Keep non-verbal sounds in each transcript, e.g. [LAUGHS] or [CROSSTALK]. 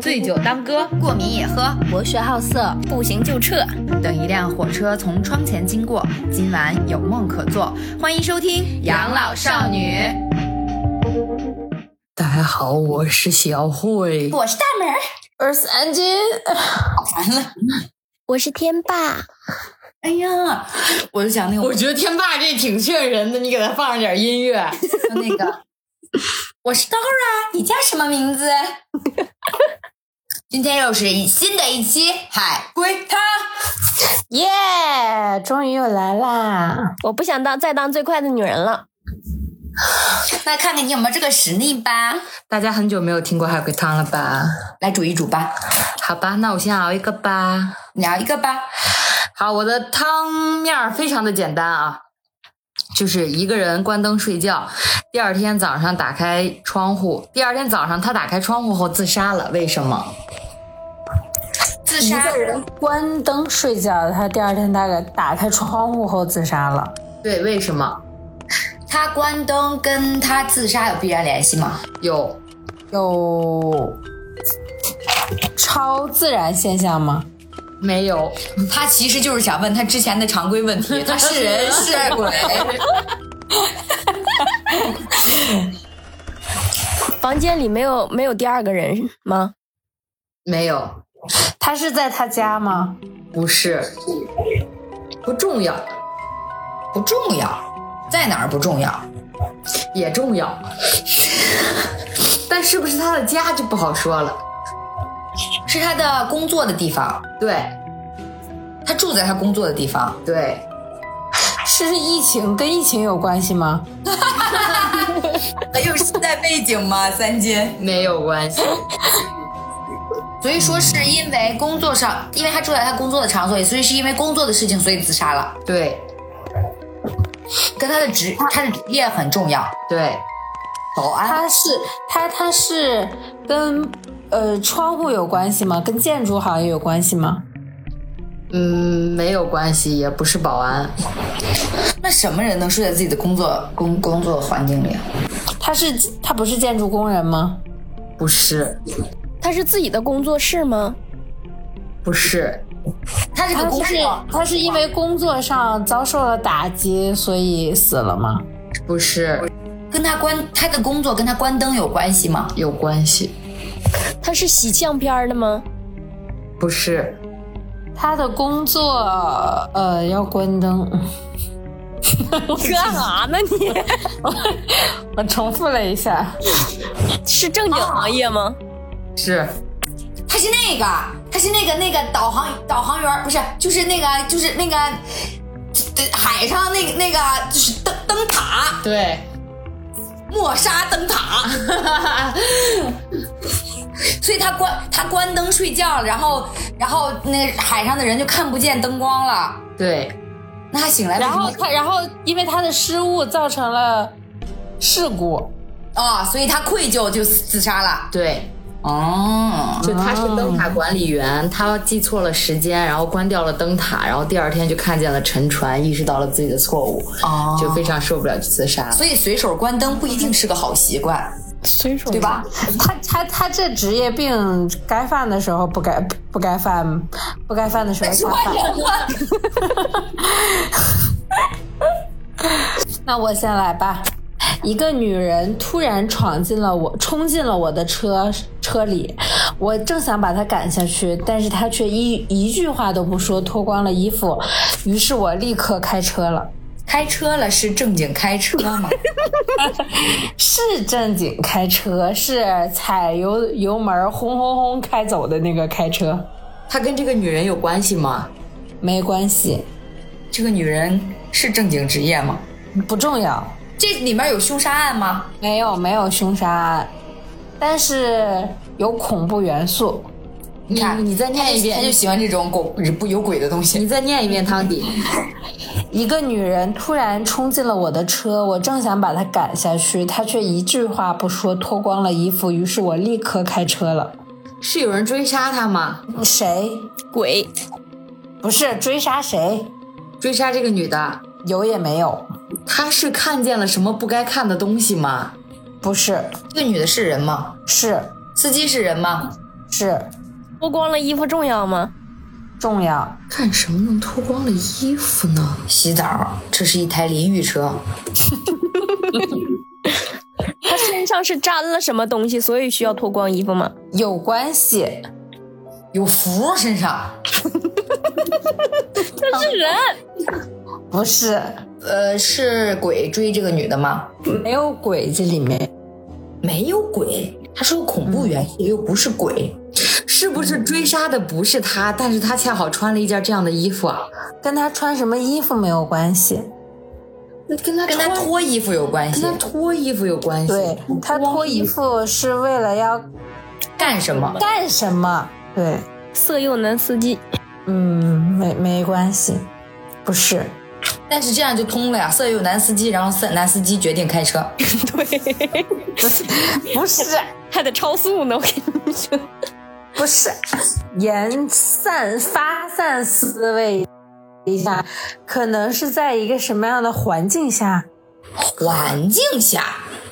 醉酒当歌，过敏也喝，博学好色，不行就撤。等一辆火车从窗前经过，今晚有梦可做。欢迎收听《养老少女》。大家好，我是小慧，我是大门，我是安金， [LAUGHS] 完了，我是天霸。哎呀，我就想那个，我觉得天霸这挺劝人的，你给他放上点音乐，就那个。 [LAUGHS] 我是 Dora，你叫什么名字？今天又是一新的一期海龟汤，耶、yeah,！终于又来啦！我不想当再当最快的女人了。那看看你有没有这个实力吧。 [LAUGHS] 大家很久没有听过海龟汤了吧？来煮一煮吧。好吧，那我先熬一个吧。你熬一个吧。好，我的汤面非常的简单啊。就是一个人关灯睡觉，第二天早上打开窗户。第二天早上，他打开窗户后自杀了，为什么？自杀。一个人关灯睡觉，他第二天大概打开窗户后自杀了。对，为什么？他关灯跟他自杀有必然联系吗？有。有超自然现象吗？没有，他其实就是想问他之前的常规问 [LAUGHS] 题：他是人是鬼？房间里没有没有第二个人吗？没有。他是在他家吗？不是，不重要，不重要，在哪儿不重要，也重要。但是不是他的家就不好说了。是他的工作的地方，对。他住在他工作的地方，对。是疫情跟疫情有关系吗？还有时代背景吗？ [LAUGHS] 三金没有关系。所以说是因为工作上，因为他住在他工作的场所里，所以是因为工作的事情，所以自杀了。对。跟他的职，他的职业很重要。对。保安。他是他他是跟。呃，窗户有关系吗？跟建筑行业有关系吗？嗯，没有关系，也不是保安。那什么人能睡在自己的工作工工作环境里？啊他是他不是建筑工人吗？不是。他是自己的工作室吗？不是。他是他工哦是他是因为工作上遭受了打击，所以死了吗？不是。跟他关他的工作跟他关灯有关系吗？有关系。他是洗相片的吗？不是，他的工作呃要关灯。 [LAUGHS] 干啥呢你？我重复了一下，是正经行业吗？啊、是，他是那个，他是那个那个导航导航员，不是，就是那个就是那个海上那个那个就是灯灯塔，对，抹杀灯塔。 [LAUGHS] 所以他关他关灯睡觉了，然后然后那海上的人就看不见灯光了。对，那他醒来，然后他然后因为他的失误造成了事故，啊、哦，所以他愧疚就自杀了。对，哦，就他是灯塔管理员，他记错了时间，然后关掉了灯塔，然后第二天就看见了沉船，意识到了自己的错误，哦，就非常受不了就自杀了。所以随手关灯不一定是个好习惯。随手对吧？他他他这职业病，该犯的时候不该不该犯，不该犯的时候才犯。那我先来吧。一个女人突然闯进了我，冲进了我的车车里，我正想把她赶下去，但是她却一一句话都不说，脱光了衣服，于是我立刻开车了。开车了是正经开车 [LAUGHS] 吗？是正经开车，是踩油油门轰轰轰开走的那个开车。他跟这个女人有关系吗？没关系。这个女人是正经职业吗？不重要。这里面有凶杀案吗？没有，没有凶杀案，但是有恐怖元素。你看，你再念一遍，他就喜欢这种鬼不有鬼的东西。你再念一遍汤底。一个女人突然冲进了我的车，我正想把她赶下去，她却一句话不说，脱光了衣服。于是我立刻开车了。是有人追杀她吗？谁？鬼？不是追杀谁？追杀这个女的？有也没有。她是看见了什么不该看的东西吗？不是。这个女的是人吗？是。司机是人吗？是脱光了衣服重要吗？重要。干什么能脱光了衣服呢？洗澡，这是一台淋浴车。他身上是沾了什么东西，所以需要脱光衣服吗？有关系，有符身上，他是人，不是呃，是鬼追这个女的吗？没有鬼这里面没有鬼，它是个恐怖元素，又不是鬼。是不是追杀的不是他，但是他恰好穿了一件这样的衣服啊？跟他穿什么衣服没有关系。那跟他跟他脱衣服有关跟系他，脱衣服有关系。对他脱衣服是为了要干什么？干什么？对，色诱男司机。嗯，没没关系，不是但是这样就通了呀。色诱男司机，然后色男司机决定开车，对，不是还得超速呢，我跟你说。不是，延散发散思维一下，可能是在一个什么样的环境下？ [LAUGHS] 环境下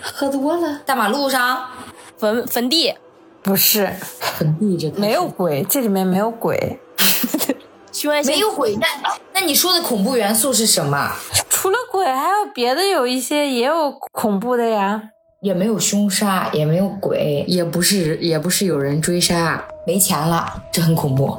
喝多了，大马路上坟坟地不是，很避着他没有鬼，这里面没有鬼，凶案现没有鬼。那那你说的恐怖元素是什么？除了鬼，还有别的，有一些也有恐怖的呀。也没有凶杀，也没有鬼，也不是，也不是有人追杀，没钱了，这很恐怖。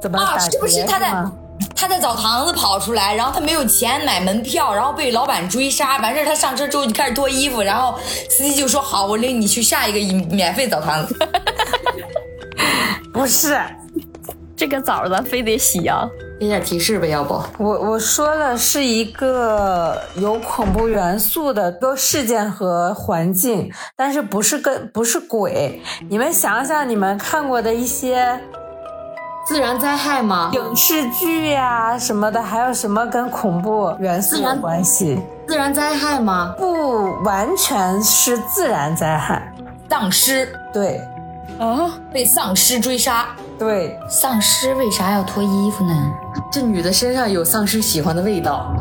怎么啊，打是不是劫他在吗他在澡堂子跑出来，然后他没有钱买门票，然后被老板追杀，完事儿他上车之后就开始脱衣服，然后司机就说好，我领你去下一个免费澡 [LAUGHS] 堂子。不是，这个枣咱非得洗啊！给点提示呗，要不？我我说了是一个有恐怖元素的一个事件和环境，但是不是跟不是鬼。你们想想，你们看过的一些自然灾害吗？影视剧呀、什么的，还有什么跟恐怖元素有关系？自然灾害吗？不完全是自然灾害，丧尸对啊，被丧尸追杀，对，丧尸为啥要脱衣服呢？这女的身上有丧尸喜欢的味道，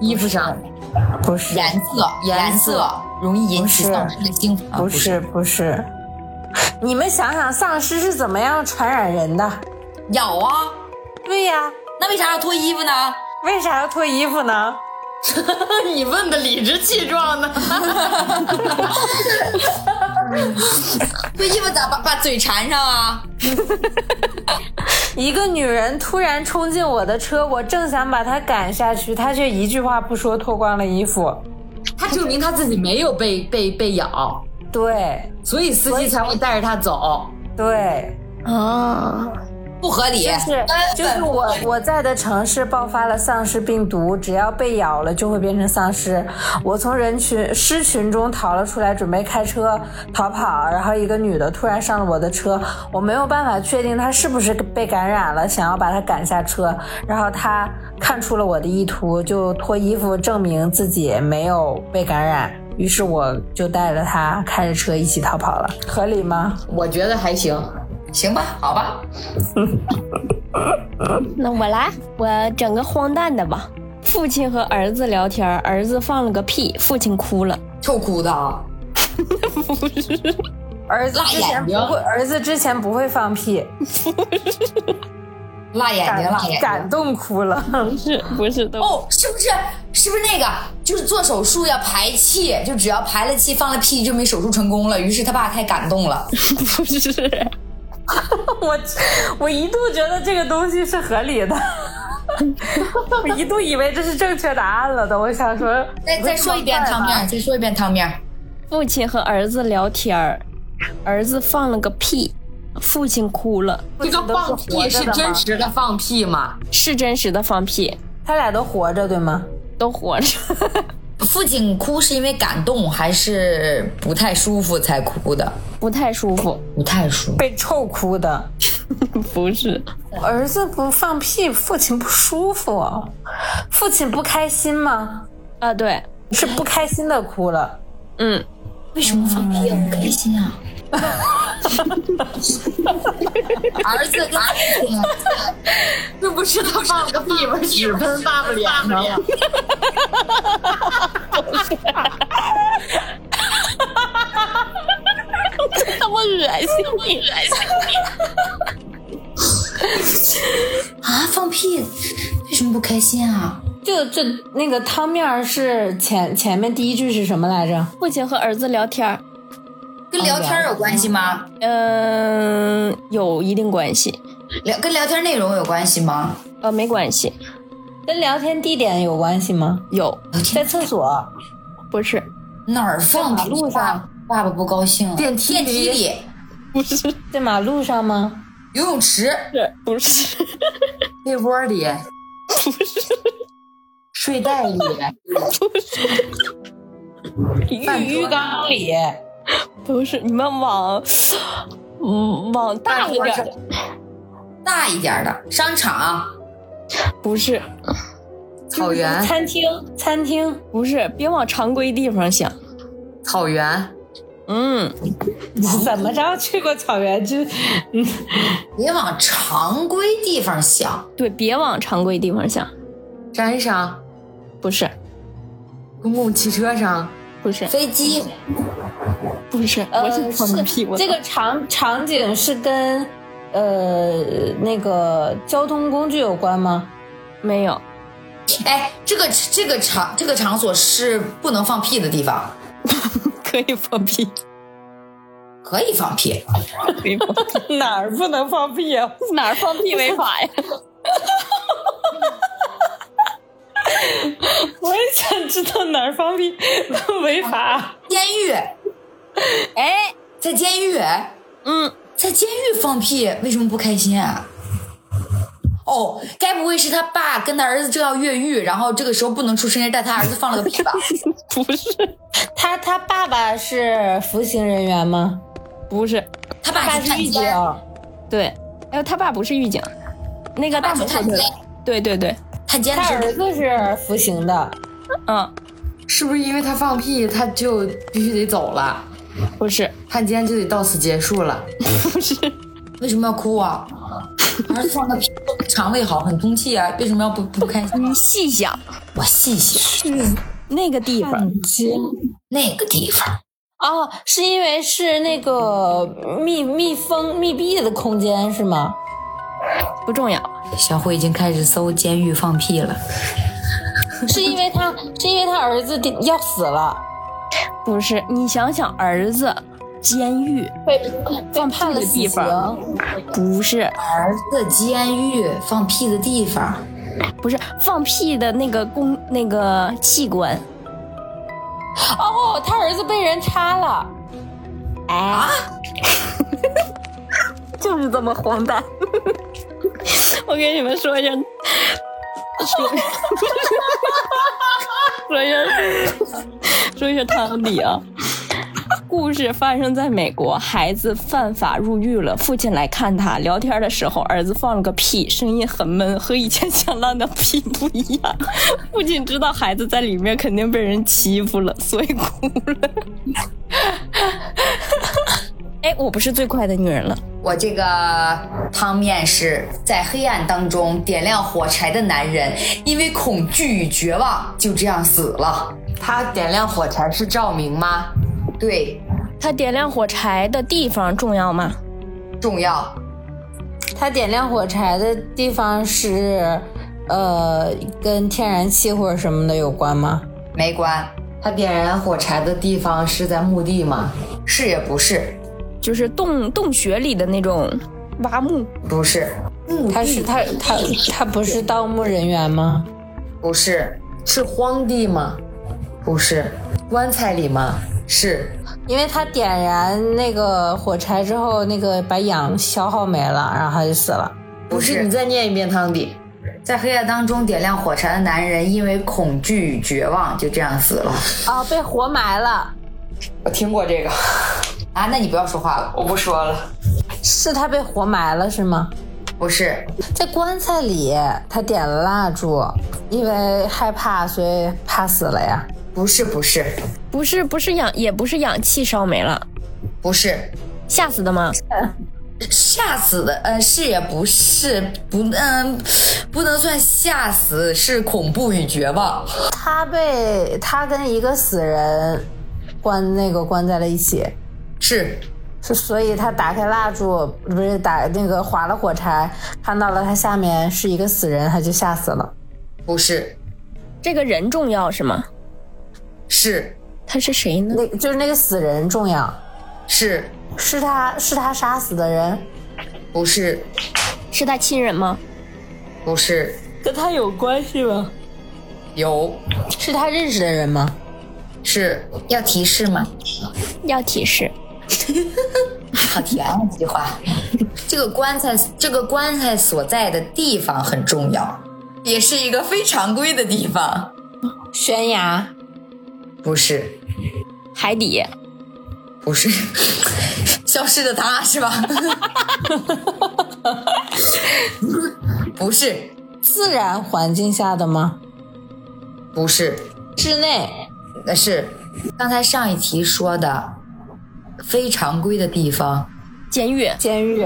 衣服上不是颜色颜颜色色容易引起不是丧尸的兴奋，啊不是不是，你们想想丧尸是怎么样传染人的？咬啊？对呀、那为啥要脱衣服呢？为啥要脱衣服呢？你问的理直气壮的。脱衣服咋把把嘴缠上啊？一个女人突然冲进我的车，我正想把她赶下去，她却一句话不说，脱光了衣服。她证明她自己没有被被被咬，对所以司机才会带着她走。对，不合理，是就是我我在的城市爆发了丧尸病毒，只要被咬了就会变成丧尸。我从人群尸群中逃了出来，准备开车逃跑，然后一个女的突然上了我的车，我没有办法确定她是不是被感染了，想要把她赶下车，然后她看出了我的意图，就脱衣服证明自己没有被感染。于是我就带着她开着车一起逃跑了，合理吗？我觉得还行，行吧，好吧，那我来，我整个荒诞的吧。父亲和儿子聊天，儿子放了个屁，父亲哭了。臭裤子啊，儿子之前不会，儿子之前不会放屁。辣眼睛，辣眼睛，感动哭 [LAUGHS] 了。不是，不是都哦，是不是是不是那个就是做手术要排气，就只要排了气放了屁就没手术成功了，于是他爸太感动了。不是。我我一度觉得这个东西是合理的， [LAUGHS] 我一度以为这是正确答案了的。我想说，再再说一遍汤面儿，再说一遍汤面儿，父亲和儿子聊天儿，儿子放了个屁，父亲哭了，这个放屁是真实的放屁吗？是真实的放屁，他俩都活着对吗？都活着。父亲哭是因为感动还是不太舒服才哭的？不太舒服，不太舒服。被臭哭的。不是，儿子不放屁，父亲不舒服，父亲不开心吗？啊，对，是不开心的哭了。嗯，为什么放屁不开心 [LAUGHS] 啊？儿子跟父亲这不是他放了个屁吗？屎喷爸爸脸上了。恶心你！啊，放屁，为什么不开心啊？ [LAUGHS] 就这那个汤面儿是前前面第一句是什么来着？父亲和儿子聊天儿，跟聊天有关系吗？嗯、有一定关系，聊跟聊天内容有关系吗？呃，没关系，跟聊天地点有关系吗？有在厕所，不是哪儿放在马路上？爸爸不高兴了。电梯电梯里里，在马路上吗？游泳池，是 [LAUGHS] 不是被窝 [LAUGHS] 里，睡袋里，浴浴缸里，不是？你们往嗯往大一点儿，大一点的商场，不是草原，餐厅，餐 [LAUGHS] 厅，不是，别往常规地方想。草原，嗯，怎么着去过草原就别往常规地方想。对，别往常规地方想。山上，不是，公共汽车上，不是，飞机，不是，我呃是放屁，我这个场场景是跟呃那个交通工具有关吗？没有，哎，这个这个场这个场所是不能放屁的地方，可以放屁，可以放屁。可以放屁，哪儿不能放屁啊？ [LAUGHS] 哪儿放屁违法 [LAUGHS] 呀？我也想知道哪儿放屁违法。监狱，哎，在监狱，嗯，在监狱放屁，为什么不开心啊？哦，该不会是他爸跟他儿子正要越狱，然后这个时候不能出声音，但他儿子放了个屁吧？不是，他他爸爸是服刑人员吗？不是，他爸去他啊是探狱警。监，对，哎，他爸不是狱警，那他个大爸去伯探监，对对对，探监的他时候儿子是服刑的，嗯，是不是因为他放屁，他就必须得走了？不是，汉奸就得到此结束了。为什么要哭啊？儿子放个屁，肠胃好，很通气啊，为什么要不不开心？你细想，我细想，那个地方那个地方哦，是因为是那个密密封密闭的空间是吗？ [LAUGHS] 不重要，小慧已经开始搜监狱放屁了。是因为他是因为他儿子要死了，不是，你想想儿子。监狱被被放判了屁的死地方刑。不是儿子监狱放屁的地方，不是放屁的那个公那个器官，哦，他儿子被人插了，哎，就是这么荒诞。 [LAUGHS] 我跟你们说一声，说说一声，说一声汤底啊。故事发生在美国，孩子犯法入狱了，父亲来看他。聊天的时候，儿子放了个屁，声音很闷，和以前响亮的屁不一样。父亲知道孩子在里面肯定被人欺负了，所以哭了。 [LAUGHS] 哎，我不是最快的女人了。我这个汤面是在黑暗当中点亮火柴的男人，因为恐惧与绝望就这样死了。他点亮火柴是照明吗？对，他点亮火柴的地方重要吗？重要。他点亮火柴的地方是，呃，跟天然气或者什么的有关吗？没关，他点燃火柴的地方是在墓地吗？是也不是，就是洞洞穴里的那种挖墓，不是，他是他他他不是盗墓人员吗？不是，是荒地吗？不是，棺材里吗？是因为他点燃那个火柴之后，那个把氧消耗没了，然后他就死了。不是你再念一遍汤底。在黑暗当中点亮火柴的男人，因为恐惧与绝望就这样死了。啊，被活埋了，我听过这个，啊，那你不要说话了。我不说了。是他被活埋了是吗？不是，在棺材里，他点了蜡烛，因为害怕，所以怕死了呀。不是，不是，不是不是氧，也不是氧气烧没了，不是，吓死的吗？吓死的，呃，是也不是，不，嗯、不能算吓死，是恐怖与绝望。他被他跟一个死人关那个关在了一起，是是所以他打开蜡烛，不是打那个划了火柴，看到了他下面是一个死人，他就吓死了。不是，这个人重要是吗？是他是谁呢？那就是那个死人重要，是是他是他杀死的人，不是是他亲人吗？不是跟他有关系吗？有是他认识的人吗？是要提示吗？要提示，好甜啊，这句话。这个棺材，这个棺材所在的地方很重要，也是一个非常规的地方。悬崖，不是，海底不是，消失的他是吧？不是，自然环境下的吗？不是，室内，呃，是刚才上一题说的非常规的地方。监狱。监狱，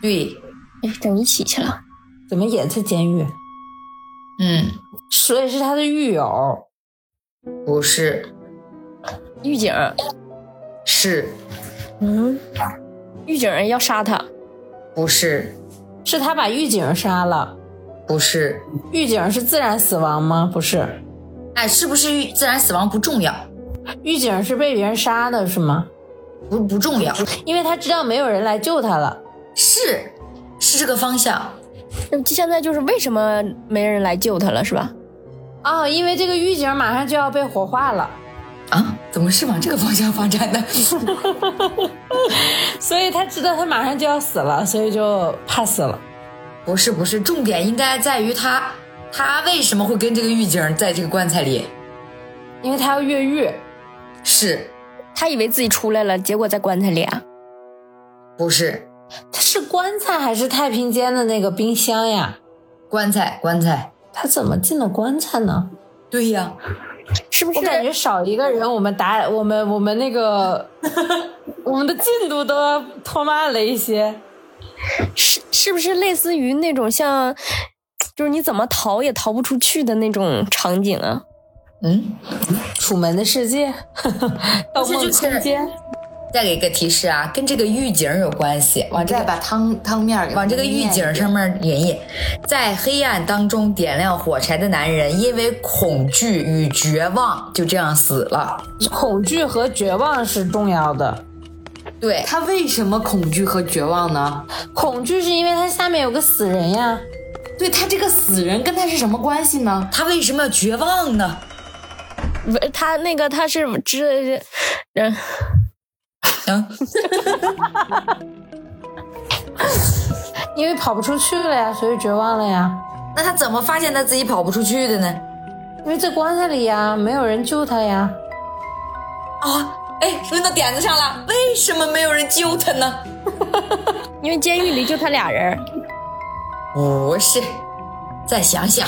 对，哎，等一起去了。怎么也在监狱？嗯，所以是他的狱友，不是，狱警，是嗯，狱警要杀他，不是？是他把狱警杀了。不是，狱警是自然死亡吗？不是，哎，是不是自然死亡不重要，狱警是被别人杀的，是吗？不不重要，因为他知道没有人来救他了。是是这个方向，那么现在就是为什么没人来救他了，是吧？哦，因为这个狱警马上就要被火化了， [LAUGHS] 啊，怎么是往这个方向发展的？所以他知道他马上就要死了，所以就怕死了。 [LAUGHS] 不是不是，重点应该在于他，他为什么会跟这个狱警在这个棺材里？因为他要越狱，是他以为自己出来了，结果在棺材里啊。不是他是棺材还是太平间的那个冰箱呀？棺材棺材？他怎么进的棺材呢？对呀，是不是我？感觉少一个人，我们答我们我们那个我们的进度都拖慢了一些。是是不是类似于那种像，就是你怎么逃也逃不出去的那种场景啊？嗯，楚门的世界，盗梦空间，再给个提示啊，跟这个狱警有关系，往你这再个把汤汤面儿往这个狱念一警遍上面引引，在黑暗当中点亮火柴的男人，因为恐惧与绝望，就这样死了。恐惧和绝望是重要的。对，他为什么恐惧和绝望呢？恐惧是因为他下面有个死人呀。对他这个死人跟他是什么关系呢？他为什么要绝望呢？不是他那个他是知，嗯，嗯，因为跑不出去了呀，所以绝望了呀。那他怎么发现他自己跑不出去的呢？因为在棺材里呀，没有人救他呀。啊，哎，问到点子上了，为什么没有人救他呢？因为监狱里就他俩人儿，不是，再想想，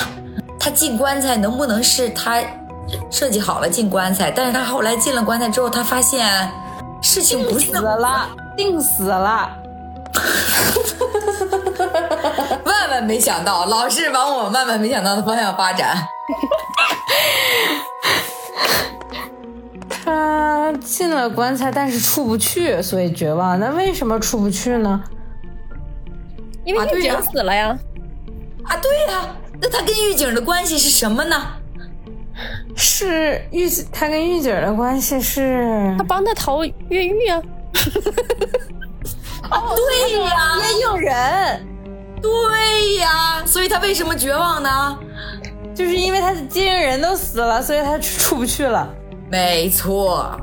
他进棺材能不能是他设计好了进棺材？但是他后来进了棺材之后，他发现事情不是那死么……了，定死了。万万没想到，老是往我万万没想到的方向发展。他进了棺材，但是出不去，所以绝望。那为什么出不去呢？因为啊对狱警呀死了呀。啊，对呀、那他跟狱警的关系是什么呢？是狱，他跟狱警的关系是他帮他逃越狱啊。对呀、也有人，对呀、所以他为什么绝望呢？就是因为他的接应人都死了，所以他出不去了。没错，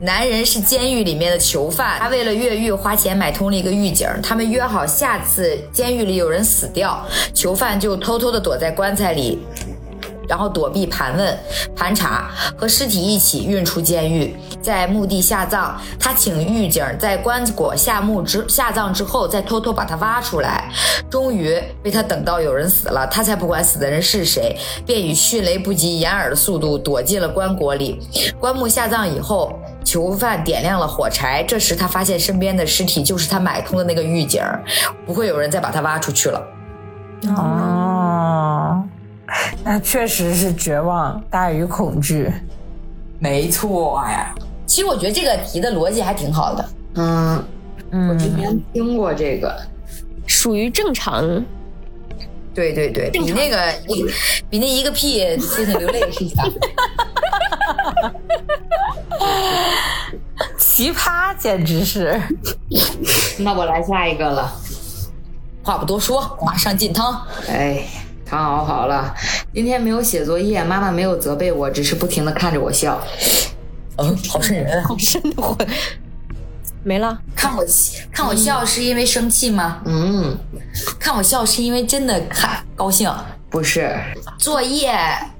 男人是监狱里面的囚犯，他为了越狱花钱买通了一个狱警，他们约好下次监狱里有人死掉，囚犯就偷偷的躲在棺材里，然后躲避盘问、盘查，和尸体一起运出监狱，在墓地下葬。他请狱警在棺椁下墓之下葬之后，再偷偷把他挖出来。终于被他等到有人死了，他才不管死的人是谁，便以迅雷不及掩耳的速度躲进了棺椁里。棺木下葬以后，囚犯点亮了火柴，这时他发现身边的尸体就是他买通的那个狱警，不会有人再把他挖出去了。哦，那确实是绝望大于恐惧。没错呀、其实我觉得这个题的逻辑还挺好的。嗯，我之前听过这个，属于正常。对对对，比那个比比那一个屁父亲流泪是强。奇葩简直是。那我来下一个了。话不多说，马上进汤。哎，汤熬好了。今天没有写作业，妈妈没有责备我，只是不停的看着我笑。嗯，好瘆人啊！好深的魂，没了。看我笑看我笑是因为生气吗？嗯，看我笑是因为真的看高兴。不是作业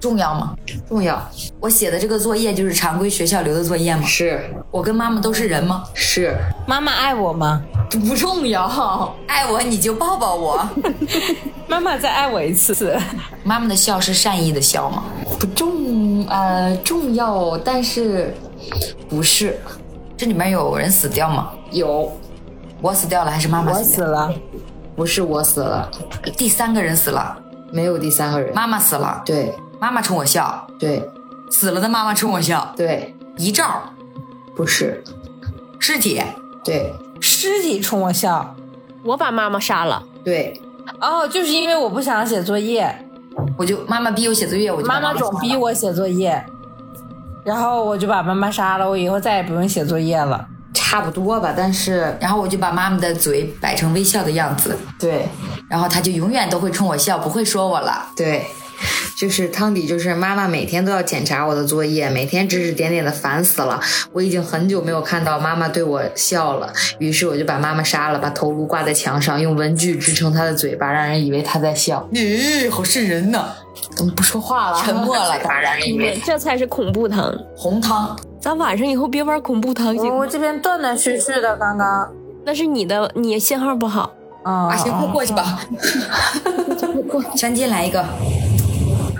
重要吗？重要，我写的这个作业就是常规学校留的作业吗？是我跟妈妈都是人吗？是妈妈爱我吗？不重要，爱我你就抱抱我。妈妈再爱我一次。妈妈的笑是善意的笑吗？不重呃重要，但是不是这里面有人死掉吗？有我死掉了还是妈妈我死死掉了，不是我死了，了？第三个人死了，没有第三个人。妈妈死了，对妈妈冲我笑，对死了的妈妈冲我笑，对，遗照、不是尸体、对尸体冲我笑。我把妈妈杀了，对哦，就是因为我不想写作业，我就妈妈逼我写作业，我就把妈妈总逼我写作业，然后我就把妈妈杀了，我以后再也不用写作业了。差不多吧，但是然后我就把妈妈的嘴摆成微笑的样子，对然后她就永远都会冲我笑，不会说我了。对，就是汤底，就是妈妈每天都要检查我的作业，每天指指点点的，烦死了。我已经很久没有看到妈妈对我笑了，于是我就把妈妈杀了，把头颅挂在墙上，用文具支撑她的嘴巴，让人以为她在笑。咦、好瘆人呐！怎么不说话了？沉默 [LAUGHS] 了，把人嗯以为这才是恐怖汤。红汤咱晚上以后别玩恐怖汤行我吗？我这边断断续续的，刚刚。那是你的，你信号不好。啊、啊，行，快过去吧。 [LAUGHS] 山金来一个，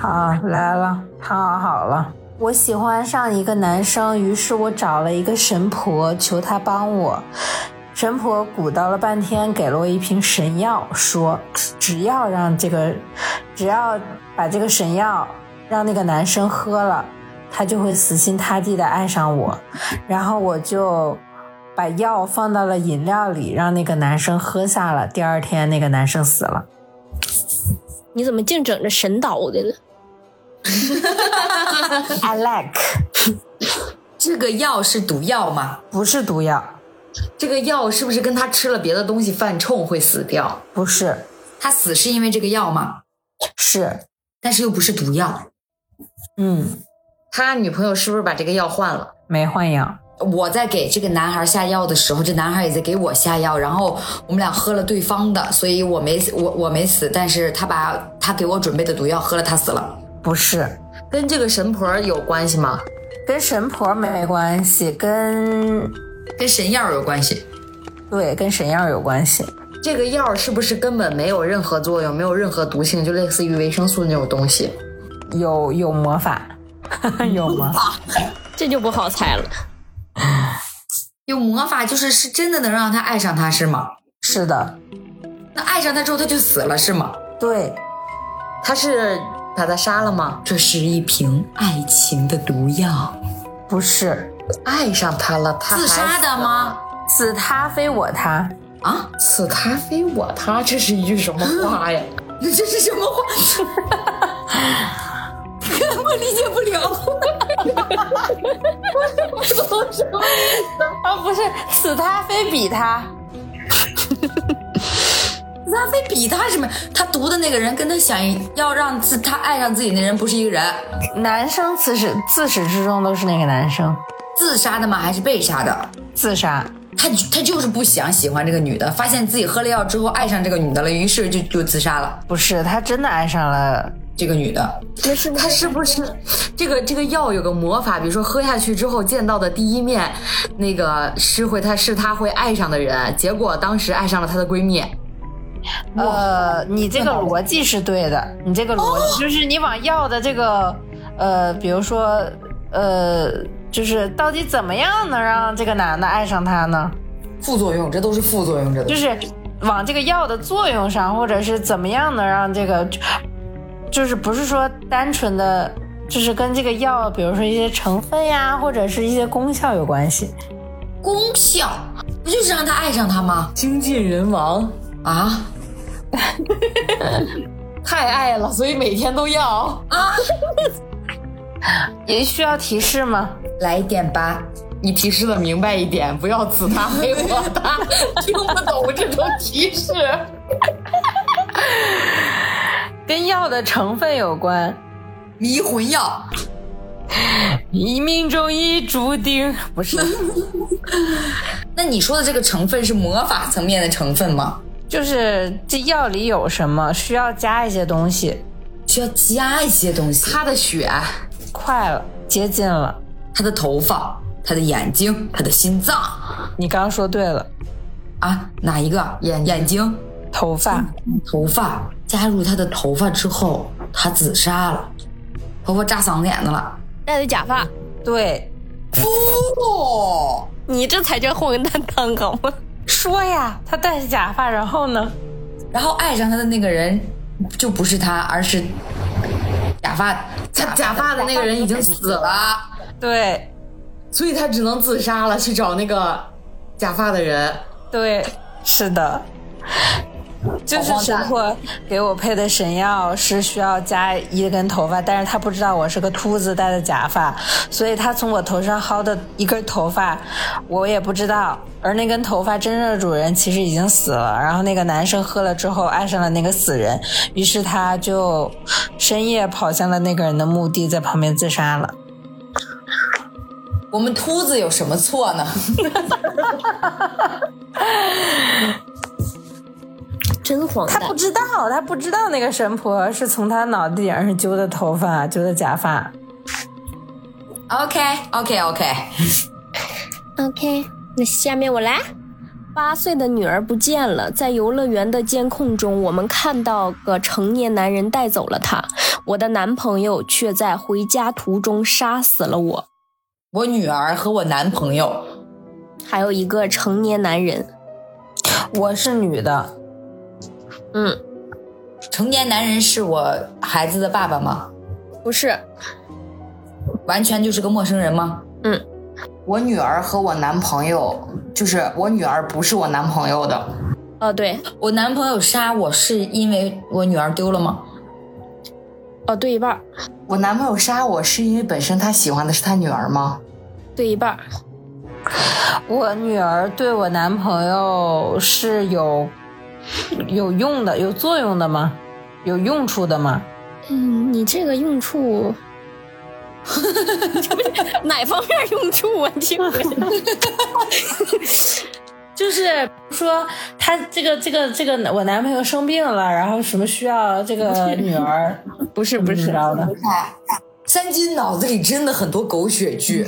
好，来了，好好了。我喜欢上一个男生，于是我找了一个神婆，求她帮我。神婆鼓捣了半天，给了我一瓶神药，说只要让这个，只要把这个神药让那个男生喝了，他就会死心塌地的爱上我。然后我就把药放到了饮料里，让那个男生喝下了。第二天，那个男生死了。你怎么净整着神叨的呢？ I like，这个药是毒药吗？不是毒药，这个药是不是跟她吃了别的东西犯冲会死掉？不是。他死是因为这个药吗？是，但是又不是毒药。嗯，他女朋友是不是把这个药换了？没换药。我在给这个男孩下药的时候，这男孩也在给我下药，然后我们俩喝了对方的，所以我没我我没死，但是他把他给我准备的毒药喝了，他死了。不是，跟这个神婆有关系吗？跟神婆没关系，跟跟神药有关系，对，跟神药有关系。这个药是不是根本没有任何作用，没有任何毒性，就类似于维生素那种东西？有有魔法， [LAUGHS] 有魔法。这就不好猜了。有魔法就是是真的能让他爱上他是吗？是的，那爱上他之后他就死了是吗？ [LAUGHS] 对，他是把他杀了吗？这是一瓶爱情的毒药，不是，爱上他了，他还自杀的吗？此他非我他，啊，死？此他非我他，这是一句什么话呀？ [LAUGHS] 这是什么话？根本理解不了。啊，不是，此他非彼他，他非比他什么？他毒的那个人跟他想要让自他爱上自己那人不是一个人。男生自始自始至终都是那个男生自杀的吗？还是被杀的？自杀。他他就是不想喜欢这个女的，发现自己喝了药之后爱上这个女的了，于是就就自杀了。不是，他真的爱上了，这个女的，那是不他是不是这个这个药有个魔法？比如说喝下去之后见到的第一面，那个是会他是他会爱上的人，结果当时爱上了她的闺蜜。呃，你这个哦逻辑是对的，你这个逻辑就是你往药的这个，呃，比如说，呃，就是到底怎么样能让这个男的爱上她呢？副作用，这都是副作用，这都就是是往这个药的作用上，或者是怎么样能让这个，就就是不是说单纯的，就是跟这个药，比如说一些成分呀，或者是一些功效有关系。功效。不就是让他爱上他吗？精尽人亡，啊 [LAUGHS] 太爱了，所以每天都要。啊，也需要提示吗？来一点吧。你提示的明白一点，不要子他非我 [LAUGHS] 他，听不懂这种提示。跟药的成分有关，迷魂药，一命中一竹钉，不是，那你说的这个成分是魔法层面的成分吗？就是这药里有什么需要加一些东西。需要加一些东西。他的血，快了，接近了，他的头发，他的眼睛，他的心脏你刚刚说对了，啊，哪一个？眼眼睛、头发。头发，加入他的头发之后，他自杀了，头发扎嗓子眼子了。戴的假发，对，哦，你这才叫混蛋汤好吗？说呀，他戴着假发，然后呢？然后爱上他的那个人就不是他，而是假发。他假发的那个人已经死了，对，所以他只能自杀了，去找那个假发的人。对，是的，就是神婆给我配的神药是需要加一根头发，但是他不知道我是个秃子戴的假发，所以他从我头上薅的一根头发，我也不知道。而那根头发真正的主人其实已经死了，然后那个男生喝了之后爱上了那个死人，于是他就深夜跑向了那个人的墓地，在旁边自杀了。我们秃子有什么错呢？真荒他诞不！知道，他不知道那个神婆是从他脑袋顶上揪的头发，揪的假发。 OK OK OK， OK，那下面我来。八岁的女儿不见了，在游乐园的监控中，我们看到个成年男人带走了她。我的男朋友却在回家途中杀死了我，我女儿和我男朋友，还有一个成年男人。我是女的，嗯，成年男人是我孩子的爸爸吗？不是，完全就是个陌生人吗？我女儿和我男朋友，就是我女儿不是我男朋友的，哦对，我男朋友杀我是因为我女儿丢了吗？哦对一半儿，我男朋友杀我是因为本身他喜欢的是他女儿吗？对一半儿，我女儿对我男朋友是有有用的、有作用的吗？有用处的吗？嗯，你这个用处， [LAUGHS] 哪方面用处啊我听不懂。 [LAUGHS] 就是说，他这个、这个、这个，我男朋友生病了，然后什么需要这个女 [LAUGHS] 儿不是不知是，道的？三金脑子里真的很多狗血剧，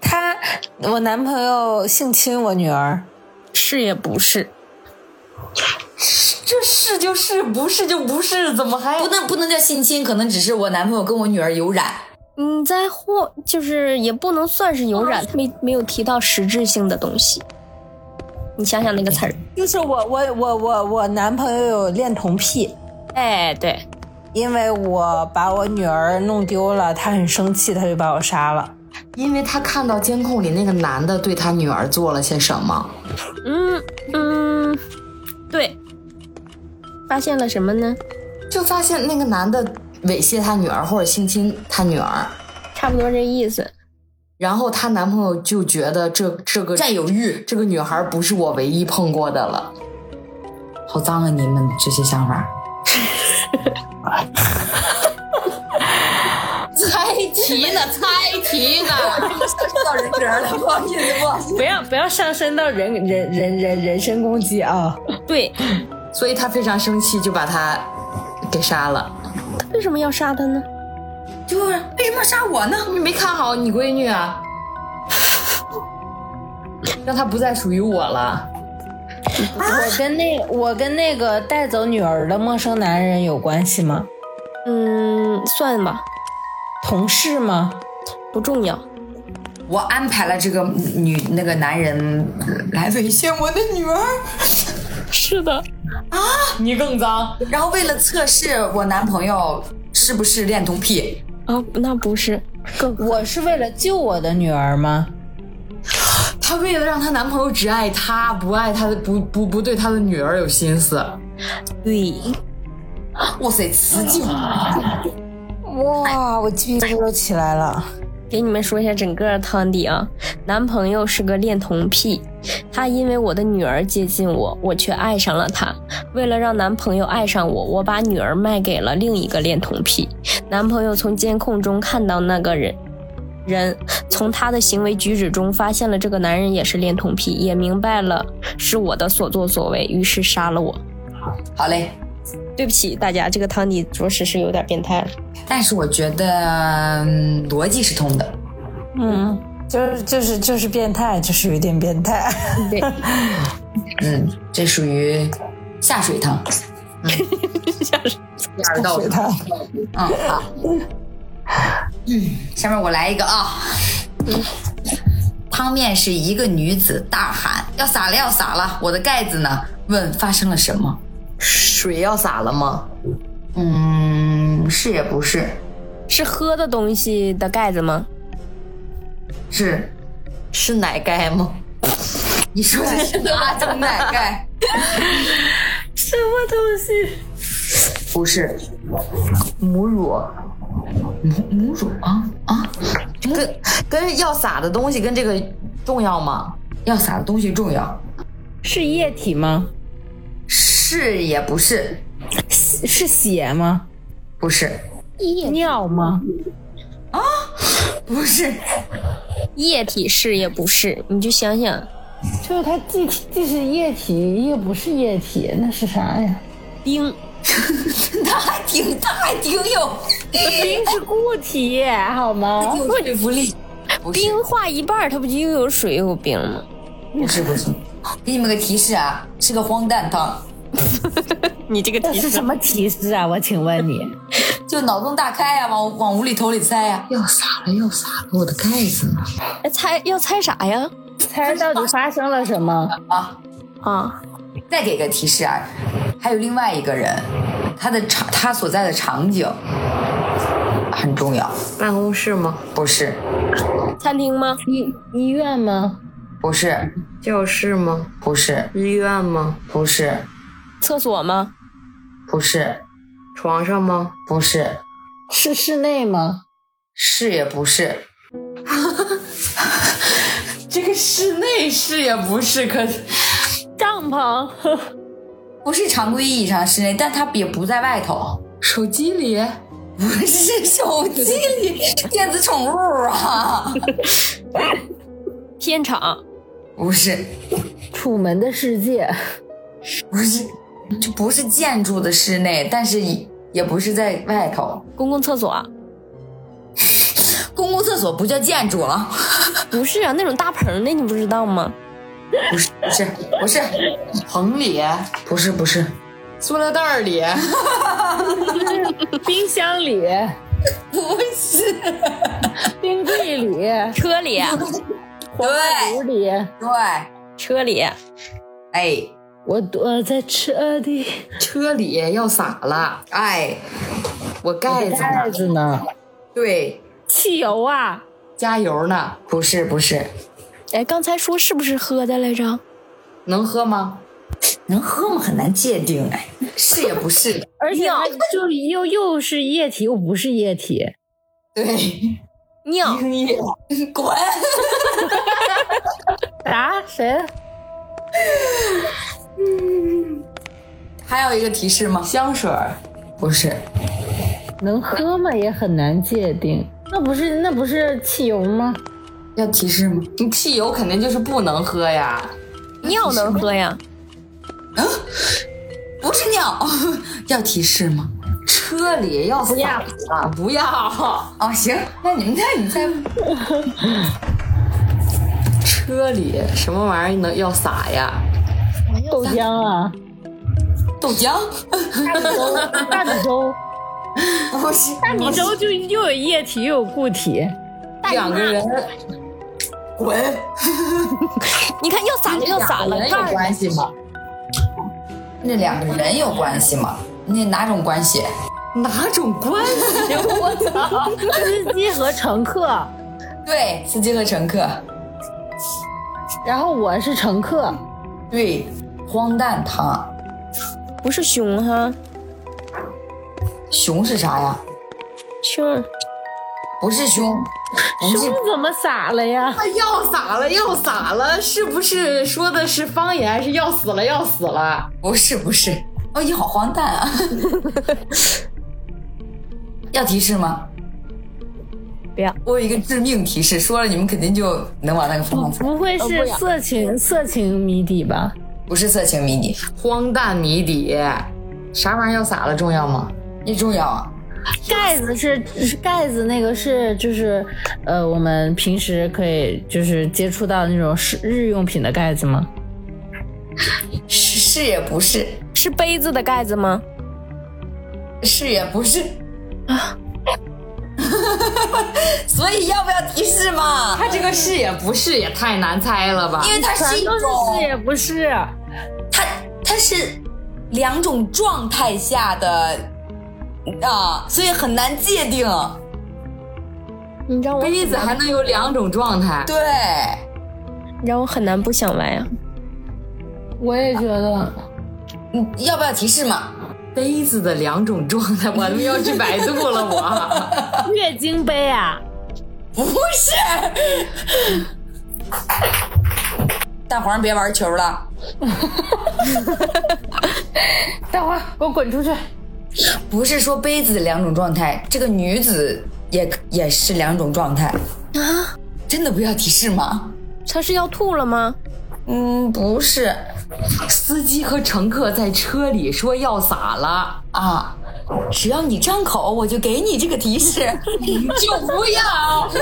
他，我男朋友性侵我女儿，是也不是，这是就是，不是就不是，怎么还不能不能叫性侵，可能只是我男朋友跟我女儿有染。你在或就是也不能算是有染，他没没有提到实质性的东西。你想想那个词儿，就是我我我我我男朋友有恋童癖，哎，对，因为我把我女儿弄丢了，他很生气，他就把我杀了。因为他看到监控里那个男的对他女儿做了些什么。嗯嗯，对，发现了什么呢？就发现那个男的猥亵他女儿或者性侵他女儿，差不多这意思。然后她男朋友就觉得这这个占有欲，这个女孩不是我唯一碰过的了。好脏啊！你们这些想法，猜题呢，猜题呢，说到人格了，不好意思，不好意思。不要不要上升到人人人人人身攻击啊！对， [LAUGHS] 所以她非常生气，就把他给杀了。他为什么要杀他呢？就是为什么要杀我呢？你没看好你闺女啊， [LAUGHS] 让她不再属于我了。我跟那我跟那个带走女儿的陌生男人有关系吗？嗯，算吧，同事吗？不重要。我安排了这个女那个男人来猥亵我的女儿，是的，你更脏？然后为了测试我男朋友是不是恋童癖，哦啊、那不是，更我是为了救我的女儿吗？她为了让她男朋友只爱她，不爱她的不不不对她的女儿有心思。对，哇塞，雌竞！哇，我鸡皮疙瘩都起来了。给你们说一下整个汤底啊，男朋友是个恋童癖，他因为我的女儿接近我，我却爱上了他。为了让男朋友爱上我，我把女儿卖给了另一个恋童癖。男朋友从监控中看到那个人。人从他的行为举止中发现了这个男人也是恋童癖，也明白了是我的所作所为，于是杀了我。好嘞，对不起大家，这个汤底着实是有点变态了。但是我觉得、嗯逻辑是通的。嗯，就是就是就是变态，就是有点变态。 [LAUGHS] 对，嗯，这属于下水汤。 [LAUGHS] 第二道水他嗯，好。嗯，下面我来一个啊。嗯汤面是一个女子大喊：“要洒了，要洒了！我的盖子呢？”问发生了什么？水要洒了吗？嗯，是也不是，是喝的东西的盖子吗？是是奶盖吗？你说的是阿 [LAUGHS] 登奶盖？什么东西？不是，母乳，母母乳啊啊！跟跟要洒的东西跟这个重要吗？要洒的东西重要，是液体吗？是也不是，是血吗？不是，尿吗？不是，液体是也不是，你就想想，就是它既既是液体，又不是液体，那是啥呀？冰他还挺他还挺有冰是固体，好吗？有说服力。不是冰化一半儿，它不就又有水又有冰吗？不是不是，给你们个提示啊，是个荒诞汤，你这个这提是示什么提示啊？我请问你，就脑洞大开呀、往往无厘头里塞啊呀、要洒了，要洒了，我的盖子呢？哎猜要猜啥呀？猜到底发生了什么？啊，再给个提示啊，还有另外一个人，他的场他所在的场景很重要，办公室吗？不是餐厅吗？医医院吗？不是教室吗？不是医院吗？不是厕所吗？不是床上吗？不是是室内吗？是也不 [LAUGHS] 是，这个室内是也不是，可帐篷？不是常规意义上室内，但他也不在外头，手机里不是 [LAUGHS] 手机里电子宠物啊，片场？不是楚门的世界，不是，就不是建筑的室内，但是也也不是在外头。公共厕所？啊公共厕所不叫建筑了，不是啊，那种大棚的你不知道吗？不是不是不是棚里、不是不是塑料袋里，冰箱里，不是，冰柜里，车里？啊对屋里。对，车里？啊哎我躲在车里，车里要洒了，哎，我盖子袋呢？子呢？对，汽油啊！加油呢？不是不是，哎，刚才说是不是喝的来着？能喝吗？能喝吗？很难界定哎，是也不是，而且它就又又是液体，又不是液体，对，尿？滚，啊？谁？还有一个提示吗？香水儿，不是，能喝吗？也很难界定。那不是那不是汽哦油吗？要提示吗？你汽油肯定就是不能喝呀。尿能喝呀？不是 [LAUGHS] 尿，要提示吗？嗯车里要洒了，不要。哦，行，那你们那你再车里什么玩意儿能要洒呀？豆浆啊，豆浆，大米粥，大米粥，不是大米粥就又有液体又有固体，两个人滚，你看要洒了要洒了，人盖有儿关系吗？那两个人有关系吗？那哪种关系？哪种关系？司机和乘客。对，司机和乘客。然后我是乘客，对，荒诞他。不是熊哈，熊是啥呀？熊不是熊，不是胸怎么洒了呀？要洒了，要洒了，是不是说的是方言？是要死了，要死了？不是不是。哦，你好荒诞啊！ [LAUGHS] 要提示吗？不要，我有一个致命提示，说了你们肯定就能往那个方向猜。不会呃不是呀色情色情谜底吧？不是色情迷你，荒诞谜底，啥玩意儿要洒了重要吗？一重要啊！盖子是是盖子，那个是就是呃，我们平时可以就是接触到那种是日用品的盖子吗？是是也不是，是杯子的盖子吗？是也不是啊。所以要不要提示嘛？他这个是也不是也太难猜了吧因？为它是一都是是种，也不是，它它是两种状态下的啊，所以很难界定。你让我杯子还能有两种状态，对，你让我很难不想来啊！我也觉得嗯，要不要提示嘛？杯子的两种状态，我他妈要去百度了我。月经杯啊，不是，大黄别玩球了，待会儿给我滚出去！不是说杯子的两种状态，这个女子也也是两种状态啊，真的不要提示吗？他是要吐了吗？嗯，不是司机和乘客在车里说要洒了，啊，只要你张口，我就给你这个提 [LAUGHS] 示，就不要，就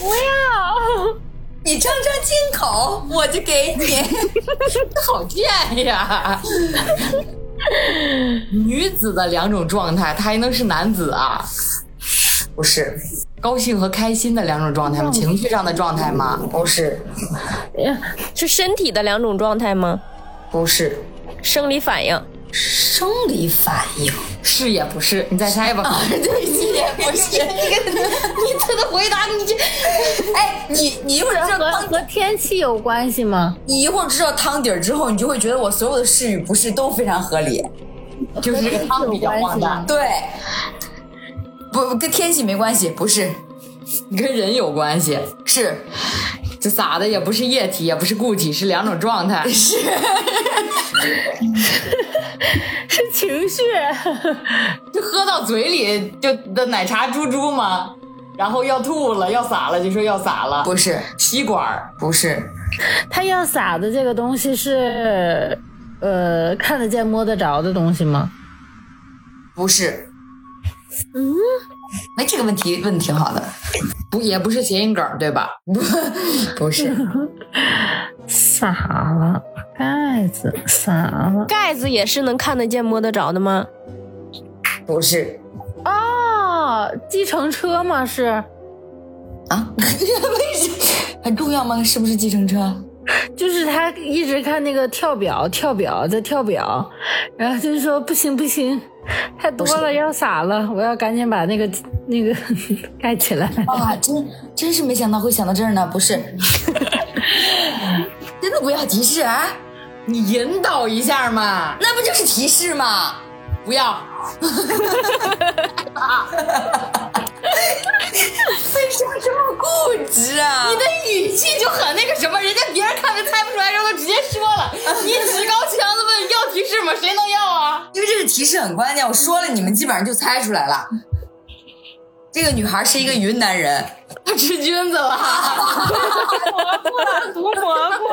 不要，你张张金口，我就给 [LAUGHS] 你。好贱呀！女子的两种状态，它还能是男子啊？不是，高兴和开心的两种状态吗？情绪上的状态吗？不是，哎是身体的两种状态吗？不是，生理反应。生理反应。是也不是，你再猜吧。对，你也不是你这个回答，你这，哎，你你一会儿知道和汤，和天气有关系吗？你一会儿知道汤底儿之后，你就会觉得我所有的是与不是都非常合理。就是这个汤比较荒诞，对，不不跟天气没关系，不是，跟人有关系。是这洒的也不是液体，也不是固体，是两种状态。 [LAUGHS] 是情绪，就喝到嘴里就的奶茶珠珠嘛，然后要吐了，要洒了，就说要洒了。不是吸管儿不是他要撒的这个东西是呃看得见摸得着的东西吗？不是，嗯，哎，这个问题问的挺好的，不也不是谐音梗儿对吧？不是撒了盖子，撒了盖子也是能看得见摸得着的吗？不是哦，计程车吗？是，啊？为什么很重要吗？是不是计程车？就是他一直看那个跳表，跳表在跳表，然后就说不行不行，太多了要洒了，我要赶紧把那个那个 [LAUGHS] 盖起来。啊，真真是没想到会想到这儿呢，不是？ [LAUGHS] 真的不要提示啊，你引导一下嘛，那不就是提示吗？不 [LAUGHS] 要。为什么这么固执啊？你你的语气就很那个什么，人家别人看都猜不出来，然后都直接说了。 [LAUGHS] 你趾高气扬的问要提示吗？谁能要啊？因为这个提示很关键，我说了，你们基本上就猜出来了。这个女孩是一个云南人，他吃菌子了，毒蘑菇，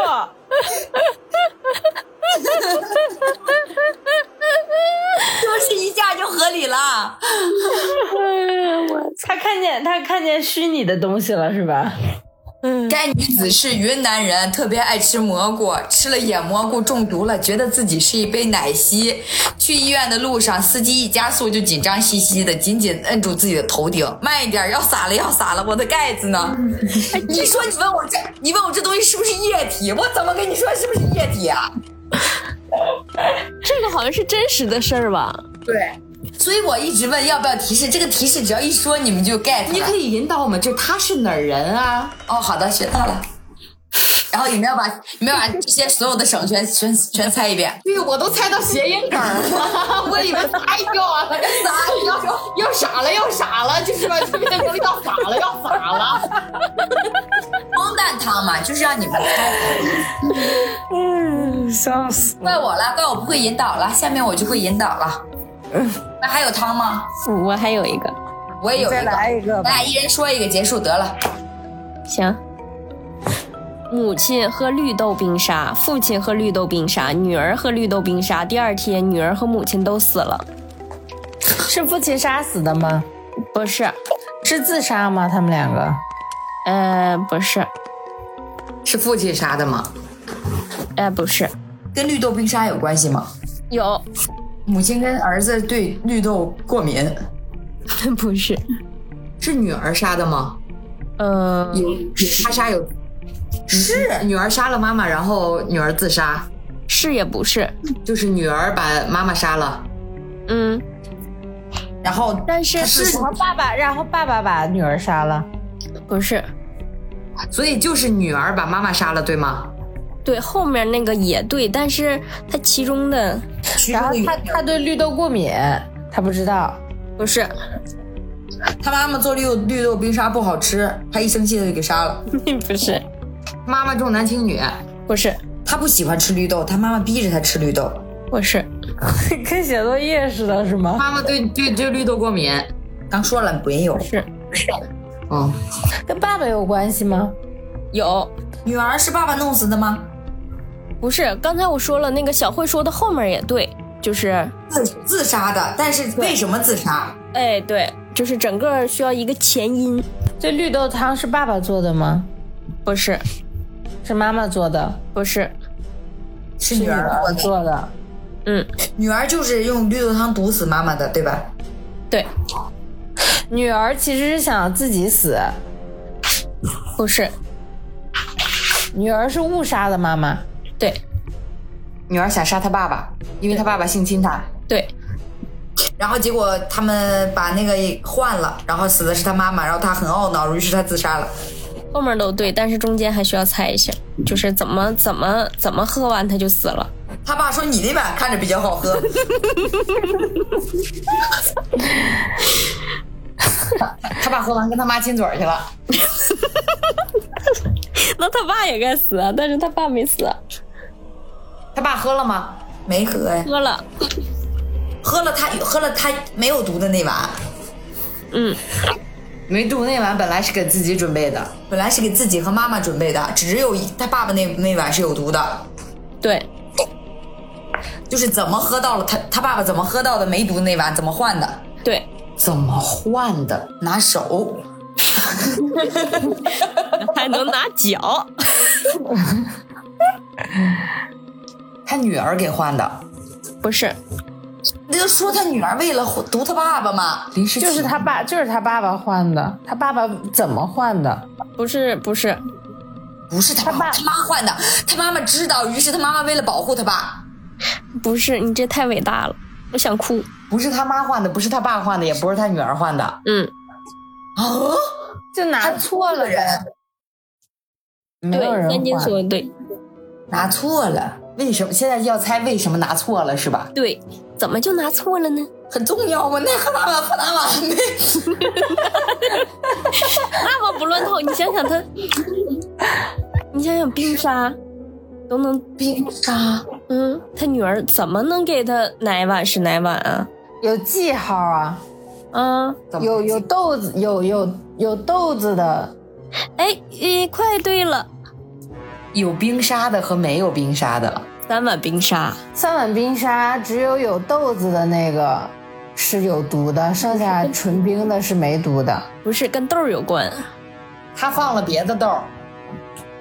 就是一下就合理了。他看见他看见虚拟的东西了是吧？该女子是云南人，特别爱吃蘑菇，吃了野蘑菇中毒了，觉得自己是一杯奶昔。去医院的路上，司机一加速就紧张兮兮的，紧紧摁住自己的头顶，慢一点，要洒了，要洒了，我的盖子呢？哎你说你问我这，你问我这东西是不是液体？我怎么跟你说是不是液体啊？这个好像是真实的事儿吧？所以我一直问要不要提示，这个提示只要一说你们就 get 你了可。以引导我们，就是他是哪儿人啊？哦，好的，学到了。然后你们要把你们要把这些所有的省全全全猜一遍。对，我都猜到谐音梗儿 [LAUGHS] 了，我以为哎呦啊，哎呦，要傻了要傻了，就是吧，就变成要傻了要傻了。荒诞汤嘛，就是让你们猜。笑死！怪我了，怪我不会引导了，下面我就会引导了。那还有汤吗？我还有一个，我也有一再个，来一个咱吧。俩一人说一个，结束得了。行。母亲喝绿豆冰沙，父亲喝绿豆冰沙，女儿喝绿豆冰沙。第二天，女儿和母亲都死了。是父亲杀死的吗？不是，是自杀吗？他们两个？呃，不是，是父亲杀的吗？呃，不是，跟绿豆冰沙有关系吗？有， [LAUGHS] 母亲跟儿子对绿豆过敏，不是，是女儿杀的吗？呃，有他杀有是女儿杀了妈妈，然后女儿自杀，是也不是，就是女儿把妈妈杀了。嗯，然后但是是然后爸爸，然后爸爸把女儿杀了。不是，所以就是女儿把妈妈杀了，对吗？对，后面那个也对，但是它其中的然后他他对绿豆过敏，他不知道。[LAUGHS] 不是，他妈妈做绿豆绿豆冰沙不好吃，他一生气他就给杀了。不是，妈妈重男轻女，不是，他不喜欢吃绿豆，他妈妈逼着他吃绿豆。不是，跟写作业似的，是吗？妈妈对对对绿豆过敏。刚说了没有，哦，跟爸爸有关系吗？有，女儿是爸爸弄死的吗？不是，刚才我说了，那个小慧说的后面也对，就是，自自杀的，但是为什么自杀？哎，对，就是整个需要一个前因，这绿豆汤是爸爸做的吗？不是，是妈妈做的，不是，是女儿做的，做的。嗯，女儿就是用绿豆汤毒死妈妈的，对吧？对，女儿其实是想自己死，不是，女儿是误杀的妈妈。对，女儿想杀她爸爸，因为她爸爸性侵她。对，然后结果他们把那个换了，然后死的是他妈妈，然后他很懊恼，于是他自杀了。后面都对，但是中间还需要猜一下，就是怎么怎么怎么喝完他就死了，他爸说：“你那碗看着比较好喝。她爸喝完跟她妈亲嘴儿去了。那他爸也该死啊，但是他爸没死啊，她爸喝了吗？” [LAUGHS] 没喝哎呀，喝了，喝了他喝了他没有毒的那碗，没毒那碗本来是给自己准备的，本来是给自己和妈妈准备的，只有一他爸爸那那碗是有毒的。对，就是怎么喝到了他他爸爸怎么喝到的梅毒那碗，怎么换的？对，怎么换的？拿手， [LAUGHS] 还能拿脚，她女儿给换的。 [LAUGHS] 不是，那就说他女儿为了毒他爸爸嘛。临时就是他爸，就是他爸爸换的。他爸爸怎么换的？不是，不是，不是他爸，他妈换的，他妈妈知道，于是他妈妈为了保护他爸，不是，你这太伟大了，我想哭。不是他妈换的，不是他爸换的，也不是他女儿换啊的。嗯，就拿错了人，没有对，人三金换。说的对，拿错了，为什么现在要猜为什么拿错了是吧？对，怎么就拿错了呢？很重要吗？那喝大碗喝大碗呗。那么不乱套，你想想他， [LAUGHS] 你想想冰沙都能冰沙，嗯，他女儿怎么能给他奶碗是奶碗啊？有记号啊，啊，有有豆子，有有有豆子的，哎，你快对了，有冰沙的和没有冰沙的，三碗冰沙，三碗冰沙只有有豆子的那个是有毒的，剩 [LAUGHS] 下纯冰的是没毒的。不是跟豆儿有关。啊他放了别的豆儿，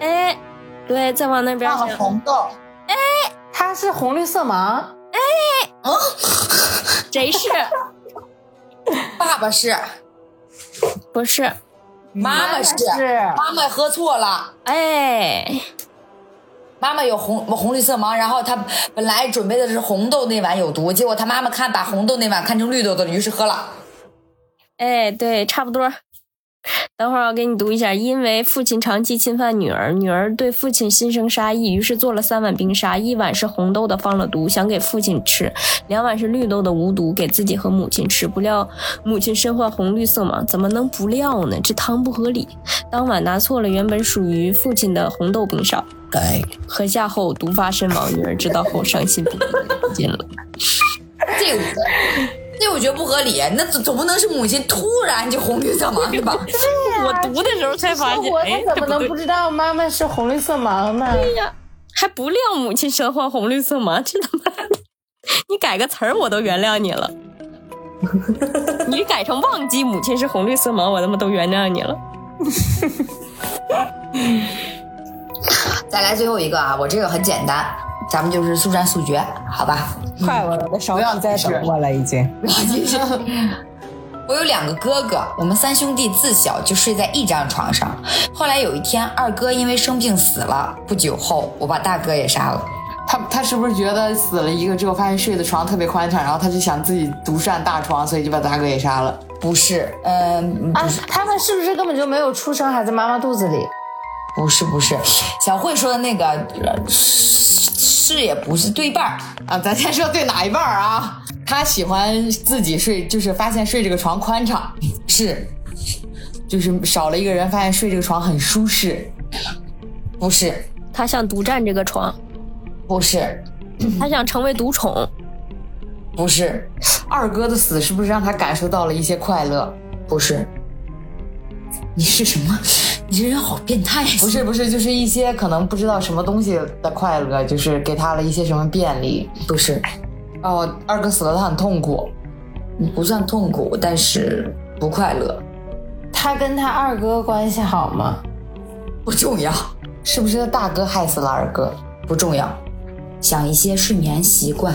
哎，对，再往那边放了想，红豆，它是红绿色盲，谁 [LAUGHS] 是？爸爸是，不是？妈妈是，是妈妈喝错了。哎，妈妈有红红绿色盲，然后她本来准备的是红豆那碗有毒，结果她妈妈看把红豆那碗看成绿豆的，于是喝了。哎，对，差不多。等会儿我给你读一下，因为父亲长期侵犯女儿，女儿对父亲心生杀意，于是做了三碗冰沙，一碗是红豆的放了毒，想给父亲吃；两碗是绿豆的无毒，给自己和母亲吃。不料母亲身患红绿色盲，怎么能不料呢？这汤不合理。当晚拿错了原本属于父亲的红豆冰沙，喝下后毒发身亡，女儿知道后伤心不已，尽了。这个这我觉得 [LAUGHS] 不合理，那总总不能是母亲突然就红绿色盲对吧？我读的时候才发啊生现，活哎他，怎这么不能对不知道妈妈是红绿色盲呢？还不料母亲身患红绿色盲，这他妈的！ [LAUGHS] 你改个词儿我都原谅你了，你改成忘记母亲是红绿色盲，我他妈都原谅你了。再来最后一个啊，我这个很简单，咱们就是速战速决，好吧？快我的手要再折指过了，已经。我有两个哥哥，我们三兄弟自小就睡在一张床上。后来有一天，二哥因为生病死了，不久后我把大哥也杀了。他他是不是觉得死了一个之后，发现睡的床特别宽敞，然后他就想自己独占大床，所以就把大哥给杀了？不是，嗯、啊，他们是不是根本就没有出生，还在妈妈肚子里？不是，不是，小慧说的那个呃是是也不是对半儿，啊，咱先说对哪一半儿啊？他喜欢自己睡，就是发现睡这个床宽敞，是就是少了一个人，发现睡这个床很舒适。不是他想独占这个床，不是他想成为独宠，不是二哥的死是不是让他感受到了一些快乐？不是，你是什么？你这人好变态啊呀！不是不是，就是一些可能不知道什么东西的快乐，就是给他了一些什么便利。不是，哦，二哥死了，他很痛苦。不算痛苦，但是不快乐，他跟他二哥关系好吗？不重要。是不是大哥害死了二哥？不重要。想一些睡眠习惯，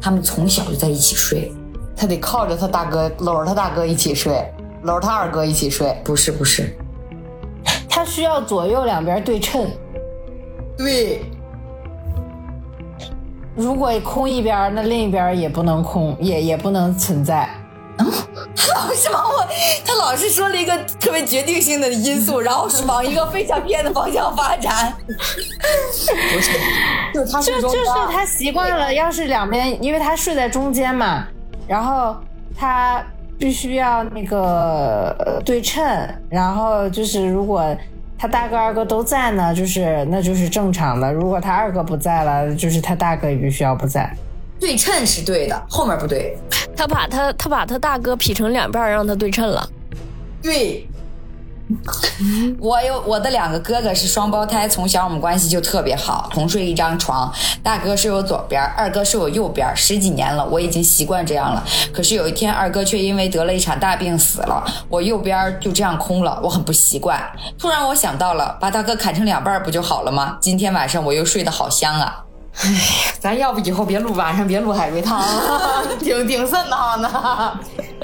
他们从小就在一起睡。他得靠着他大哥，搂着他大哥一起睡，搂着他二哥一起睡。不是不是， [LAUGHS] 他需要左右两边对称，对，如果空一边儿，那另一边儿也不能空，也也不能存在。哦 [LAUGHS] 老是往我，他老是说了一个特别决定性的因素，然后是往一个非常偏的方向发展。就是他就睡中就是间他习惯了，要是两边，因为他睡在中间嘛，然后他必须要那个呃对称，然后就是如果他大哥二哥都在呢，就是那就是正常的；如果他二哥不在了，就是他大哥也必须要不在。对称是对的，后面不对。他把他他把他大哥劈成两半儿，让他对称了。对，我有我的两个哥哥是双胞胎，从小我们关系就特别好，同睡一张床。大哥睡我左边，二哥睡我右边，十几年了，我已经习惯这样了。可是有一天，二哥却因为得了一场大病死了，我右边就这样空了，我很不习惯。突然我想到了，把大哥砍成两半不就好了吗？今天晚上我又睡得好香啊！咱要不以后别录晚上别录海龟汤， [LAUGHS] 挺挺瘆得慌的。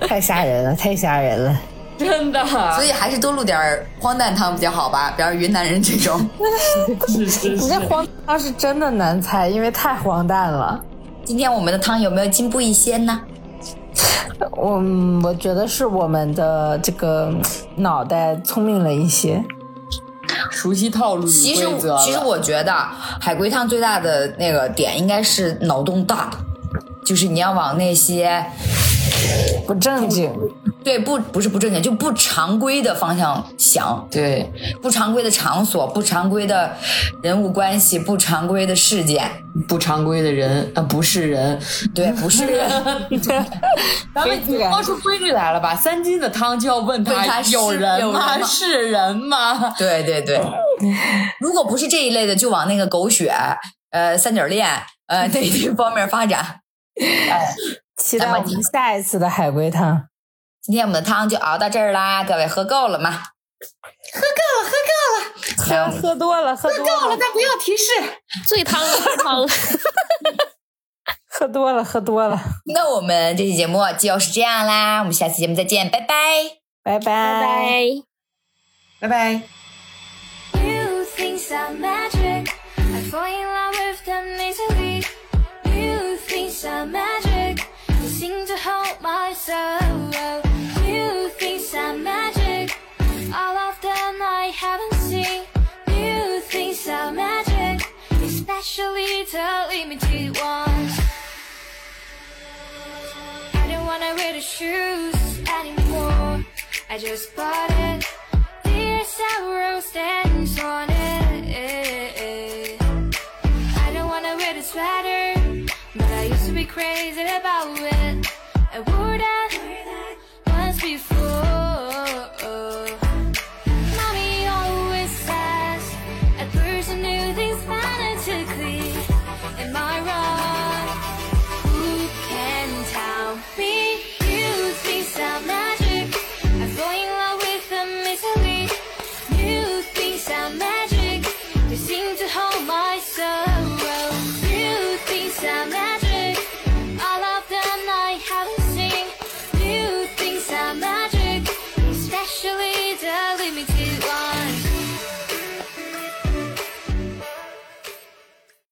太吓人了，太吓人了！真的，所以还是多录点儿荒诞汤比较好吧，比方云南人这种。你这荒诞是真的难猜，因为太荒诞了。 [LAUGHS] 今天我们的汤有没有进步一些呢？我嗯我觉得是我们的这个嗯脑袋聪明了一些。熟悉套路其与实嗯规则，其实我觉得海龟汤最大的那个点应该是脑洞大，就是你要往那些不正经，对不不是不正经就不常规的方向想，对，不常规的场所、不常规的人物关系、不常规的事件，不常规的人啊、不是人，对，不是人 [LAUGHS] 咱们抛出规律来了吧？三斤的汤就要问问他他是有人有人吗？吗是人吗？对对对，哦 [LAUGHS] 如果不是这一类的，就往那个狗血、呃三角恋、呃那这方面发展。期待我们下一次的海龟汤。今天我们的汤就熬到这儿啦，各位喝够了吗？喝够了，喝够了，喝喝多了，喝多了，醉汤喝汤，喝多了，喝多了，那我们这期节目就是这样啦，我们下期节目再见，拜拜。[LAUGHS] 拜拜拜。拜拜。 New things are magic. I fall in love with them easily. New things are magic. They seem to hold my soul. New things are magic. telling me G once. I don't wanna wear the shoes anymore. I just bought it. This arrow stands on it. I don't wanna wear the sweater, but I used to be crazy about it. I would have once before. Mommy always says a person who thinks fanatically. Am I wrong? Who can tell me? You think some magic. I fall in love with the mystery. You think some magic. They seem to hold my sorrow. You think some magic. All of them I haven't seen. New things are magic, especially the limited.